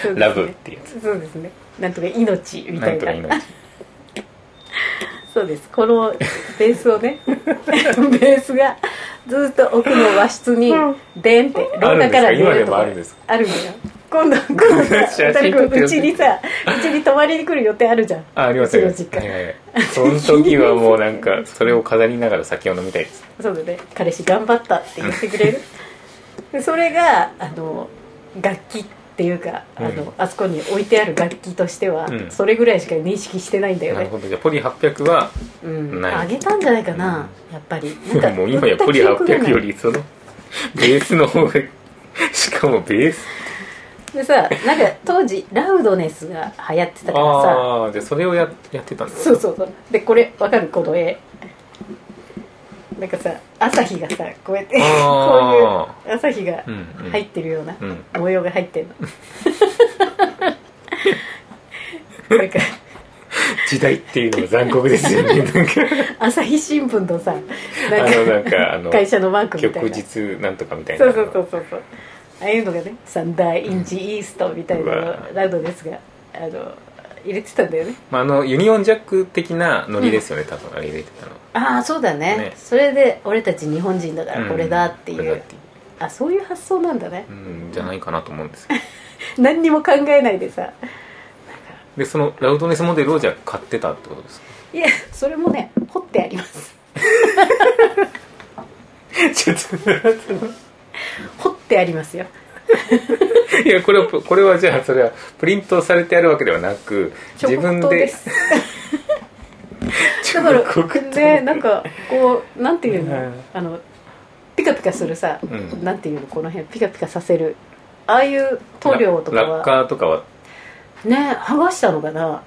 S2: そうですね
S3: つラブっていうや
S2: そうですねなんとか命
S3: つ
S2: みた
S3: なん
S2: い
S3: とか
S2: な
S3: 命
S2: そうですこのベースを ねベースがずっと奥の和室にでんって廊下から出るとこ
S3: あるんです
S2: あるんだよ今度今度さ
S3: 写真撮って
S2: 渡
S3: る
S2: 君うちにさうちに泊まりに来る予定あるじゃん
S3: あありますありま
S2: うち
S3: す
S2: の実家
S3: はいはいはいその時はもうなんかそれを飾りながら酒を飲みた いです
S2: そうだね彼氏頑張ったって言ってく れるでそれがあの楽器っていうかあの、
S3: うん
S2: あそこに置いてある楽器としては、
S3: うん
S2: それぐらいしか認識してないんだよ
S3: なる
S2: ね
S3: ほどじゃあポリ800は
S2: うん
S3: ない
S2: あげたんじゃないかな、やっぱりなんか
S3: もう今やポリ
S2: 売った記憶が
S3: 800
S2: ない
S3: よりそのベースの方がしかもベース
S2: でさなんか当時ラウドネスが流行ってたからさ
S3: ああじゃあそれをややってたんだ
S2: そうそうそうでこれわかるこの絵なんかさ朝日がさこうやってこ
S3: あ
S2: ういう朝日が
S3: ーうんうん
S2: 入ってるような
S3: うん
S2: 模様が入ってるのなんか
S3: 時代っていうのは残酷ですよ ねなんか
S2: 朝日新聞のさ
S3: あの
S2: な
S3: なんん
S2: か
S3: かあの
S2: 会社のマークみた
S3: 旭
S2: いな
S3: 日なんとかみたいな
S2: そうそうそうそうそうああいうのがねサンダーインジイーストみたいな
S3: う
S2: の
S3: わ
S2: ラウドですがあの入れてたんだよね
S3: まあ、あのユニオンジャック的なノリですよね、多分あれ入れてたの
S2: ああそうだね
S3: ね
S2: それで俺たち日本人だか
S3: う
S2: ら
S3: ん
S2: これだっていう、
S3: これだっていう
S2: あそういう発想なんだね
S3: うんじゃないかなと思うんですけど
S2: 何にも考えないでさ
S3: でそのラウドネスモデルをじゃあ買ってたってことですか
S2: いやそれもね掘ってあります
S3: ちょっ
S2: 掘ってありますよ
S3: といやこれはこれはじゃあそれはプリントされてあるわけではなく自分
S2: 彫刻刀で
S3: です
S2: だから
S3: 彫刻刀
S2: ねなんかこうなんていうの、
S3: うん
S2: あのピカピカするさ、
S3: ん
S2: なんていうのこの辺ピカピカさせるああいう塗料とか
S3: ララッ
S2: は
S3: カーとかは
S2: ね剥がしたのかな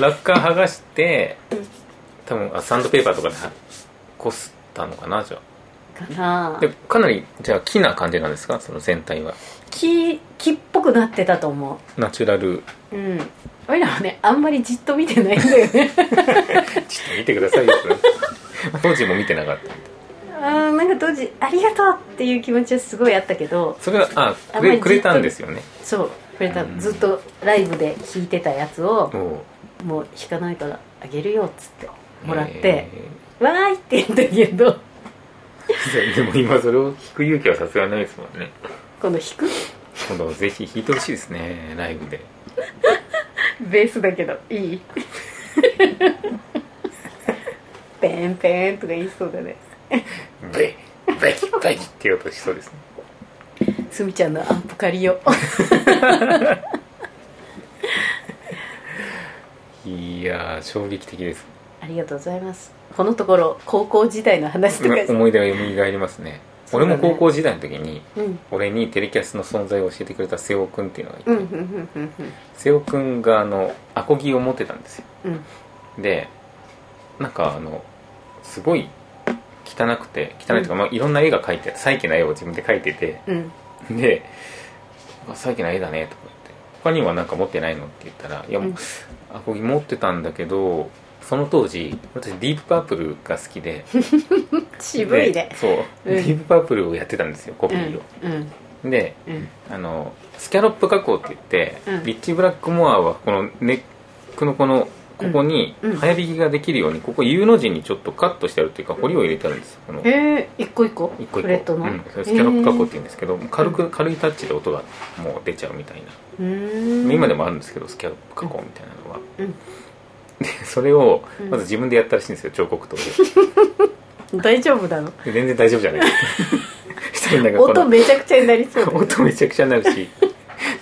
S3: ラッカー剥がして多分あサンドペーパーとかではこすったのかなじゃ
S2: かな
S3: あでかなりじゃあ木な感じなんですかその全体は
S2: 木木っぽくなってたと思
S3: ナチュラル
S2: ううんおいらはねあんまりじっと見てないんだよね
S3: ちょっと見てくださいよそれ 当時も見てなかった
S2: あーなんか当時ありがとうっていう気持ちはすごいあったけど
S3: それはあ
S2: あん
S3: く
S2: まりじっ
S3: れ
S2: と
S3: くれたんですよね
S2: そうくれた
S3: うん
S2: ずっとライブで弾いてたやつを
S3: も
S2: もう弾かないからあげるよっつって
S3: う
S2: もらって「わーい!」って言ったけど
S3: えー でも今それを弾く勇気はさすがにないですもんね
S2: この弾く
S3: 今度ぜひ弾いてほしいですねライブで
S2: ベースだけどいいペンペンとか言いそうだね
S3: ベッベキベキって音しそうですね
S2: すみちゃんのアンプ借りよ
S3: いやー衝撃的です
S2: ありがとうございますこのところ高校時代の話とか
S3: ね思い出が蘇りますね
S2: そう
S3: 俺
S2: だね
S3: も高校時代の時に
S2: うん
S3: 俺にテレキャスの存在を教えてくれた瀬尾君っていうのがいて、
S2: うんうんうんうん
S3: 瀬尾君があのアコギを持ってたんですよ
S2: うん
S3: でなんかあのすごい汚くて汚いとか、まあ、いろんな絵が描いて最近の絵を自分で描いてて
S2: うん
S3: で「あ最近の絵だね」とか言って「他にはなんか持ってないの?」って言ったら「いやもう、
S2: うん
S3: あこれ持ってたんだけどその当時私ディープパープルが好きで
S2: 渋いね
S3: でそう、ディープパープルをやってたんですよコピ
S2: うん
S3: ーを、
S2: うん
S3: で
S2: うん
S3: あのスキャロップ加工って言って、
S2: うん
S3: リッチ・ブラックモアはこのネックのこのここに
S2: うんうん
S3: 早引きができるようにここ U の字にちょっとカットしてあるっていうか彫りを入れてあるんですよこの
S2: えー、一個一個
S3: 一個一個
S2: フレットの、
S3: うん、それスキャロップ加工って
S2: て
S3: 言うんですけど、軽く軽いタッチで音がもう出ちゃうみたいな、今でもあるんですけどスキャロップ加工みたいなのは、
S2: うん
S3: でそれを
S2: うん
S3: まず自分でやったらしいんですよ彫刻刀で
S2: 大丈夫なの
S3: で全然大丈夫じゃない したらなんかこの
S2: 音めちゃくちゃになりそうだよ
S3: 音めちゃくちゃになるし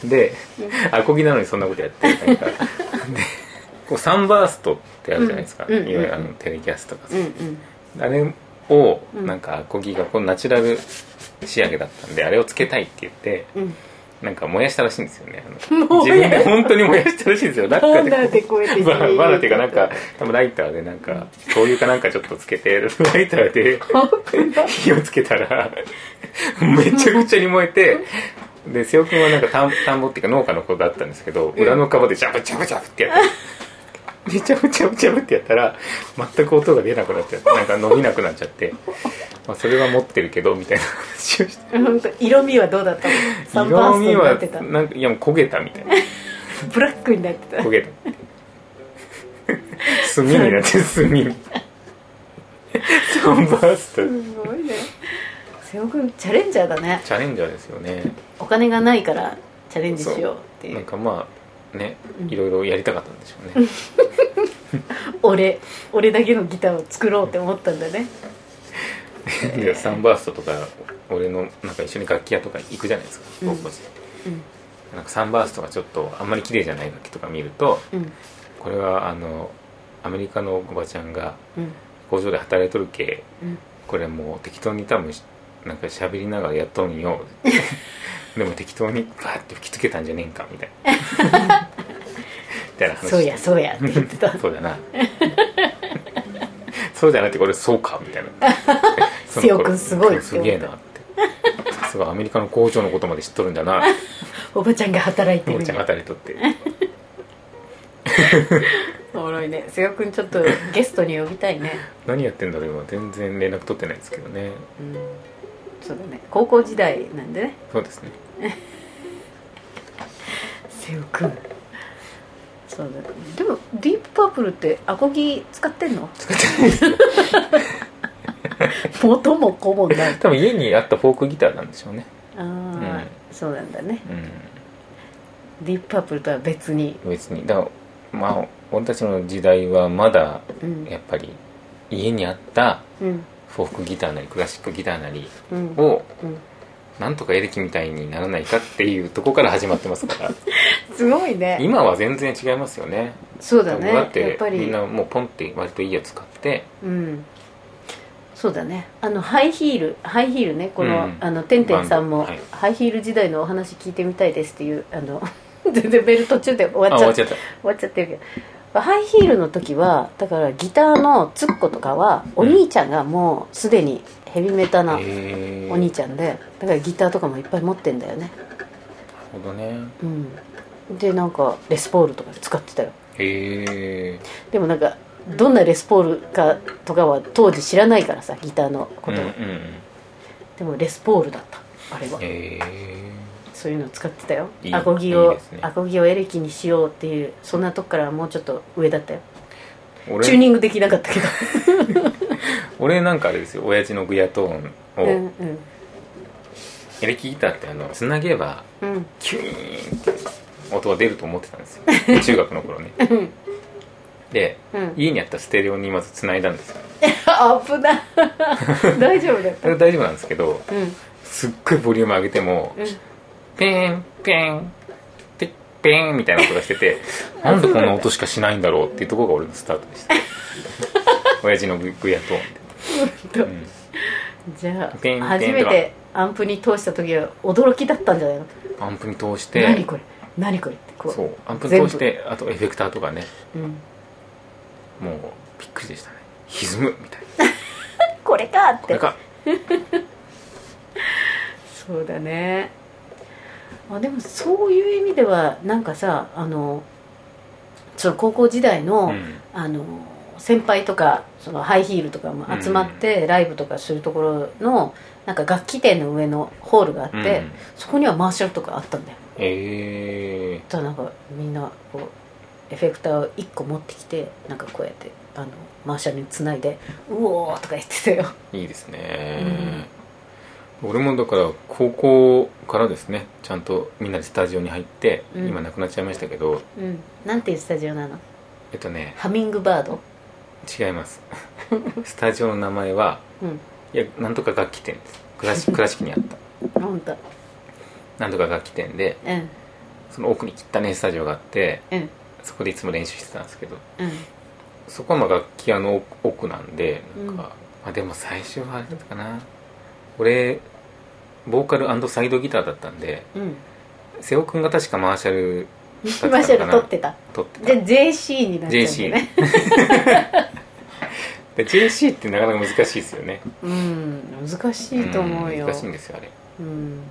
S3: でアコギなのにそんなことやってるなんかでこうサンバーストってあるじゃないですか、
S2: うんうん
S3: いわゆるあのテレキャスとかさ、
S2: うんうん
S3: あれを
S2: うん
S3: なんかアコギがこうナチュラル仕上げだったんであれをつけたいって言って
S2: うん
S3: なんか燃やしたらしいんですよねあの
S2: もう
S3: 自分で本当に燃やしたらしいんですよなんか
S2: バーナーでこうやって
S3: バーバーナーっていうかなんか多分ライターでなんか灯油かなんかちょっとつけてライターで 火をつけたらめちゃくちゃに燃えてで瀬尾君はなんか田ん田んぼっていうか農家の子だったんですけど裏の川でジャブジャブジャブってやってでジャブジャブジャブってやったら全く音が出なくなっちゃってなんか伸びなくなっちゃって、まあ、それは持ってるけどみたいな話をして
S2: 本当色味はどうだったのサンバースト
S3: 色味
S2: にな
S3: は
S2: ってた
S3: なんかいやもう焦げたみたいな
S2: ブラックになってた
S3: 焦げた炭になっ て炭サンバースト
S2: すごいね瀬尾君チャレンジャーだね
S3: チャレンジャーですよね
S2: お金がないからチャレンジしようってい
S3: なん
S2: う
S3: かまあね
S2: うん
S3: いろいろやりたかったんでしょうね
S2: 俺俺だけのギターを作ろうって思ったんだね
S3: で サンバーストとか俺のなんか一緒に楽器屋とか行くじゃないですか
S2: うん
S3: 高校生、なんかサンバーストがちょっとあんまり綺麗じゃない楽器とか見ると
S2: うんうん
S3: これはあのアメリカのおばちゃんが
S2: うん
S3: 工場で働いとるけ
S2: うん
S3: これもう適当に多分しなんか喋りながらやっとんよ でも適当にバーって吹きつけたんじゃねえんかみたいなみ たいな話
S2: そうやそうやって言ってた
S3: そうだな そうじゃなくてこれそうかみたいなその
S2: 強
S3: 頃
S2: くすごいって
S3: す
S2: 思った
S3: げえなってさすがアメリカの工場のことまで知っとるん だな
S2: おばちゃんが働いて
S3: も
S2: る
S3: もちゃんあたりとってい
S2: おもろいね瀬尾君ちょっとゲストに呼びたいね
S3: 何やってんだろう今全然連絡取ってないですけどね
S2: うんそうだね高校時代なんでね
S3: そうですね
S2: 瀬尾君そうだねでもディープパープルってアコギ使ってんの
S3: 使ってないですよ
S2: 元も子もない
S3: 多分家にあったフォークギターなんでしょうね
S2: ああ、
S3: ん
S2: そうなんだね
S3: う
S2: ディープパープルとは別に、
S3: ん別にだからまあ俺たちの時代はまだ
S2: うん
S3: やっぱり家にあった
S2: うん
S3: フォークギターなりクラシックギターなり
S2: うん
S3: を
S2: うん
S3: なんとかエレキみたいにならないかっていうとこから始まってますから
S2: すごいね
S3: 今は全然違いますよね
S2: そうだね
S3: だっ
S2: やってぱり
S3: みんなもうポンって割といいやつ買って
S2: うんそうだねあのハイヒールハイヒールねこの,、
S3: うん
S2: あのてんてんさんも、
S3: バンドはい
S2: ハイヒール時代のお話聞いてみたいですっていうあの 全然ベル途中で終
S3: あ
S2: わっちゃっ終
S3: 終わっちゃった
S2: わっちゃってるけどハイヒールの時はだからギターのツッコとかはお兄ちゃんがもうすでにヘビメタな
S3: えー
S2: お兄ちゃんでだからギターとかもいっぱい持ってんだよね
S3: なるほどね
S2: うんでなんかレスポールとか使ってたよ
S3: へえ
S2: でもなんかどんなレスポールかとかは当時知らないからさギターのこ
S3: うん
S2: と
S3: う
S2: を、
S3: ん
S2: でもレスポールだったあれは
S3: え
S2: そういうの使ってたよ
S3: いい
S2: アコギを
S3: いいですね
S2: アコギをエレキにしようっていうそんなとこからもうちょっと上だったよ
S3: ー、
S2: チュー
S3: 俺
S2: ニングできなかったけど
S3: 俺なんかあれですよ親父のグヤトーン
S2: うん
S3: を
S2: うん
S3: エレキギターってあのつなげば
S2: うん
S3: キューンって音が出ると思ってたんです よ中学の頃ね
S2: ん
S3: で
S2: うん
S3: 家にあったステレオにまずつないだんですよ
S2: あ危 ない大丈夫だよ
S3: それは大丈夫なんですけど
S2: うん
S3: すっごいボリューム上げても
S2: うん
S3: ペーンペーンテッペーンみたいな音がし ててなんでこんな音しかしないんだろうっていうところが俺のスタート でした親父のググヤトーン
S2: と
S3: で、
S2: じゃ
S3: ペンペンと
S2: あ初めてアンプに通した時は驚きだったんじゃないの
S3: うんアンプに通して
S2: 何これ何これってこう
S3: そうアンプに通してあとエフェクターとかね
S2: うん
S3: もうびっくりでしたね歪むみたいな
S2: これかっ
S3: これ
S2: て
S3: か
S2: そうだねあでもそういう意味ではなんかさあのその高校時代の、
S3: うん
S2: あの先輩とかそのハイヒールとかも集まってライブとかするところのなんか楽器店の上のホールがあって、
S3: うん
S2: そこにはマーシャルとかあったんだよ
S3: え
S2: だからなんかみんなこうエフェクターを1個持ってきてなんかこうやってあのマーシャルにつないで「うおー!」とか言ってたよ
S3: ー、いいですね、俺もだから高校からですねちゃんとみんなでスタジオに入って、
S2: うん
S3: 今なくなっちゃいましたけど
S2: うんなんていうスタジオなの
S3: えっとね
S2: ハミングバード
S3: 違います スタジオの名前は
S2: うん
S3: いやなんとか楽器店です倉 敷倉敷にあった
S2: ほんと
S3: なんとか楽器店で
S2: うん
S3: その奥に汚ねスタジオがあって
S2: うん
S3: そこでいつも練習してたんですけど
S2: うん
S3: そこはまあ楽器屋の奥奥なんでなんか、まあ、でも最初はあれだったかな俺ボーカルサイドギターだったんで
S2: うん
S3: 瀬尾君が確かマーシャルだったの
S2: マ
S3: か
S2: ー
S3: な
S2: シャル撮ってた
S3: 撮ってた
S2: じゃあ JC になっちゃうん
S3: JC
S2: だね
S3: で JC ってなかなか難しいですよね
S2: うん難しいと思うよ、
S3: ん難しいんですよあれ
S2: うん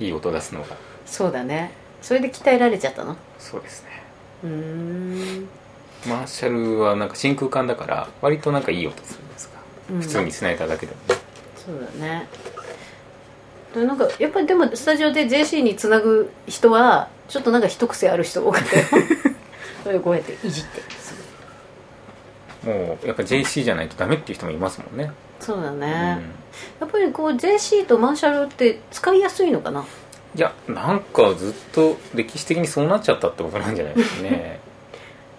S3: いい音出すのが
S2: そうだねそれで鍛えられちゃったの
S3: そうですね
S2: うーん、
S3: マーシャルはなんか真空管だから割となんかいい音するんですか、
S2: うん、
S3: 普通につないだだけでもね
S2: そうだねなんかやっぱりでもスタジオで JC につなぐ人はちょっとなんか一癖ある人多かった よそれこうやっていじって
S3: もうやっぱ JC じゃないとダメっていう人もいますもんね、
S2: そうだね、
S3: うん
S2: やっぱりこう JC とマーシャルって使いやすいのかない
S3: やなんかずっと歴史的にそうなっちゃったってことなんじゃないですか ね、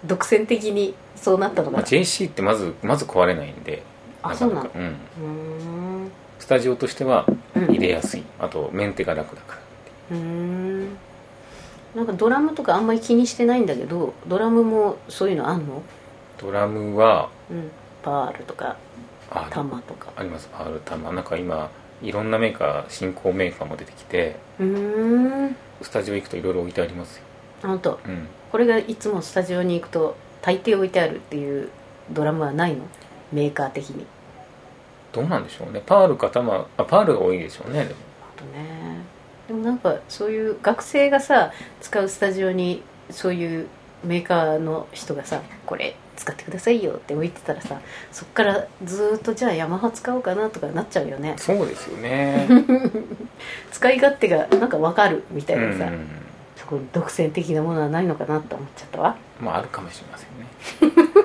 S2: 独占的にそうなったのか
S3: まあ、
S2: な
S3: JC ってまずまず壊れないんで
S2: あ
S3: なか
S2: そうな
S3: なか
S2: の
S3: うん
S2: うーんう
S3: スタジオとしては
S2: うん
S3: 入れやすい、あとメンテが楽だから
S2: ーんなんかドラムとかあんまり気にしてないんだけどドラムもそういうのあんの
S3: ドラムは
S2: うんパールとか
S3: あ
S2: タマとか
S3: ありますパールタマなんか今いろんなメーカー新興メーカーも出てきて
S2: うーん
S3: スタジオ行くといろいろ置いてありますよ、
S2: あんと
S3: うん、
S2: これがいつもスタジオに行くと大抵置いてあるっていうドラムはないのメーカー的に
S3: どうなんでしょうねパールかタマあパールが多いでしょうねでも
S2: あとねでもなんかそういう学生がさ使うスタジオにそういうメーカーの人がさこれ使ってくださいよって置いてたらさそっからずーっとじゃあヤマハ使おうかなとかなっちゃうよね
S3: そうですよ ね
S2: 使い勝手がなんかわかるみた
S3: う
S2: い
S3: ん、う
S2: なさ、
S3: ん
S2: そこに独占的なものはないのかなって思っちゃったわ
S3: まああるかもしれませんね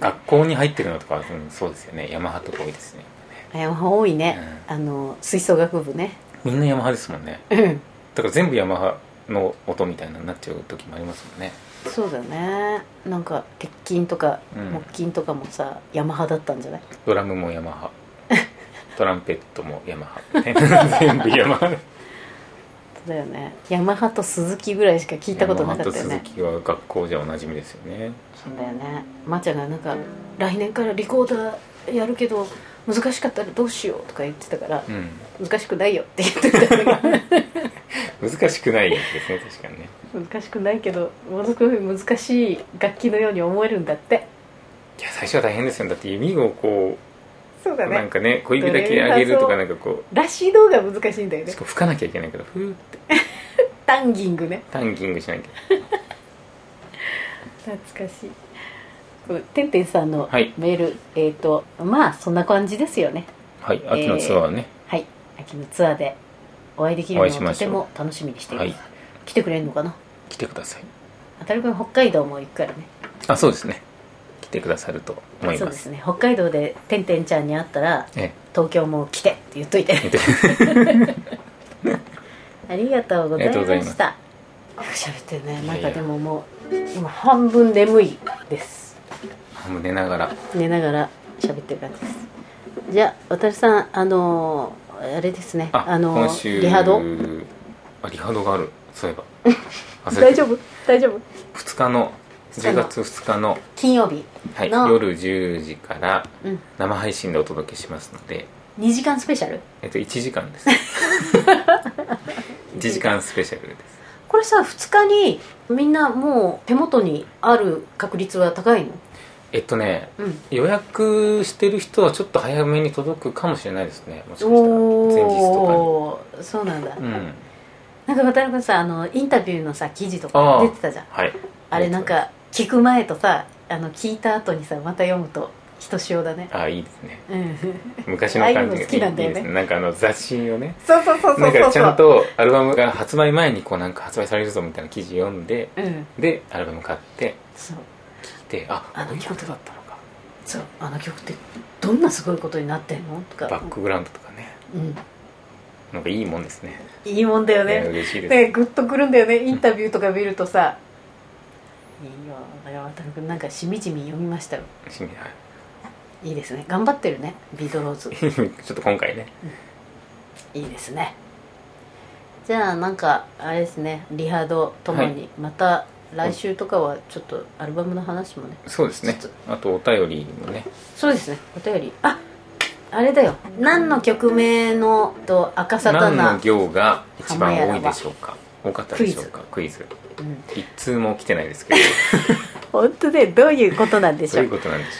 S3: 学校に入ってるのとか、うん、そうですよねヤマハとか多いですね、
S2: ヤマハ多いね、
S3: う
S2: あの吹奏楽部ね
S3: みんなヤマハですもんね
S2: うん
S3: だから全部ヤマハの音みたいなになっちゃう時もありますもんね
S2: そうだねなんか鉄筋とか
S3: うん
S2: 木筋とかもさ、ヤマハだったんじゃない
S3: ドラムもヤ マハトランペットもヤマハ、 ね、全部ヤマハ
S2: だよねヤマハと鈴木ぐらいしか聞いたことなかったよ
S3: ヤマハ
S2: ね
S3: と鈴木は学校じゃおなじみですよね
S2: そうだよねまーちゃんがなんか来年からリコーダーやるけど難しかったらどうしようとか言ってたから
S3: う、ん
S2: 難しくないよって言ってたんだけ
S3: 難しくないですね確かにね
S2: ど難しくないけどものすごい難しい楽器のように思えるんだって
S3: いや最初は大変ですよねだって指をこ
S2: そう
S3: う
S2: だ
S3: なん
S2: ね
S3: かね小指だけ上げるとかなんかこ
S2: らしい動画難しいんだよ
S3: う
S2: ね
S3: しかも吹かなきゃいけないからふーって
S2: タンギングね
S3: タンギングしなきゃ
S2: 懐かしいこのてんてんさんの
S3: はい
S2: メール、えっ、とまあそんな感じですよね
S3: はい秋のツアーね、
S2: はい秋のツアーでお会いできる
S3: お
S2: の
S3: 会
S2: を
S3: いしま
S2: と
S3: しょ
S2: て
S3: う
S2: も楽しみにしています、
S3: はい
S2: 来てくれるのかな
S3: 来てください
S2: あたるくん北海道も行くからね
S3: あそうですね来てくださると思い
S2: そう
S3: ま
S2: ですすね北海道でてんてんちゃんに会ったら
S3: え
S2: 東京も来てって言っといて
S3: え見て
S2: ありがとうございま
S3: ありがとうございま
S2: し
S3: す
S2: たよく喋ってるね
S3: い
S2: なん
S3: やいや
S2: かでももう今半分眠いです
S3: あもう寝ながら
S2: 寝ながら喋ってる感じですじゃあ渡さんあのーあれですね
S3: あ
S2: の
S3: 今週
S2: リハド
S3: あリハドがあるそういえ ば
S2: 大丈夫大丈夫
S3: 2日の10月2日の、
S2: 金曜日
S3: はい、
S2: の
S3: 夜10時から
S2: うん
S3: 生配信でお届けしますので、
S2: 2時間スペシャル
S3: えっと、1時間です 1時間スペシャルです
S2: これさ2日にみんなもう手元にある確率は高いの
S3: えっとね
S2: うん
S3: 予約してる人はちょっと早めに届くかもしれないですねもしかしたら前日と
S2: おおーそうなんだ、
S3: かにうん
S2: なんか渡辺君さあのインタビューのさ記事と
S3: あ
S2: か
S3: ー
S2: 出てたじゃんあ
S3: はい
S2: れなんか聞く前とさあの聞いた後にさまた読むとひとしおだね
S3: あいいですね
S2: うん
S3: 昔の感
S2: あ
S3: じ
S2: あいうの
S3: が
S2: 好きなんだよね
S3: いいですねなんかあの雑誌をね
S2: そうそうそうそうそう
S3: なんかちゃんとアルバムが発売前にこうなんか発売されるぞみたいな記事読んで
S2: うん
S3: でアルバム買って
S2: そう
S3: 聞いてあ
S2: あの
S3: こういうことだったのか
S2: そうあの曲ってどんなすごいことになってんのとか
S3: バックグラウンドとかね
S2: うん
S3: なんかいいもんですね
S2: いいもんだよ
S3: ね
S2: ね
S3: 嬉しいです、
S2: ねグッとくるんだよねインタビューとか見るとさいいよだから渡辺君なんかしみじみ読みましたよ
S3: しみはい
S2: いいですね頑張ってるねビートローズ
S3: ちょっと今回ね
S2: いいですねじゃあなんかあれですねリハードともに、
S3: は
S2: また来週とかはちょっとアルバムの話もね
S3: そうですね
S2: ちょっ
S3: あとお便りもね
S2: そうですねお便りああれだよ何の曲名のと赤沙汰
S3: 何の
S2: な、
S3: 行が一番多いでしょうか多かったでしょうかクイズ
S2: うん、
S3: 一通も来てないですけど
S2: 本当ねどういうことなんでし
S3: そう
S2: ょ
S3: いううことなんでし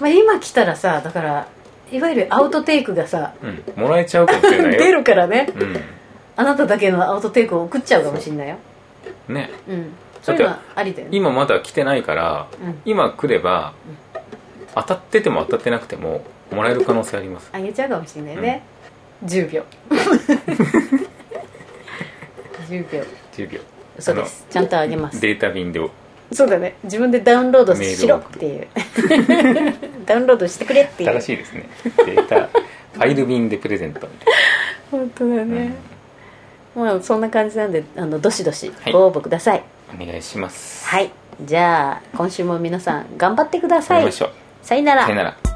S2: まあ、今来たらさだからいわゆるアウトテイクがさ
S3: ょう、うん、もらえちゃうかもしれないよ
S2: 出るからね
S3: う
S2: あなただけのアウトテイクを送っちゃうかもしんないよ
S3: んね
S2: うんそういうのはありだよね
S3: 今まだ来てないから
S2: うん
S3: 今来れば当たってても当たってなくてももらえる可能性あります
S2: あげちゃうかもしれないね、10秒 10秒
S3: 10秒
S2: そうですちゃんとあげます
S3: データ便で
S2: そうだね自分でダウンロードしろっていう ダウンロードしてくれってい
S3: 正
S2: う
S3: しいですねデータファイル便でプレゼントみたい
S2: 本当だね、まあそんな感じなんであのどしどし
S3: はい
S2: ご応募ください
S3: なお願いします
S2: はい、じゃあ今週も皆さん頑張ってくだ
S3: 頑
S2: さ
S3: 張り
S2: い
S3: ましょう
S2: さよなら
S3: さよなら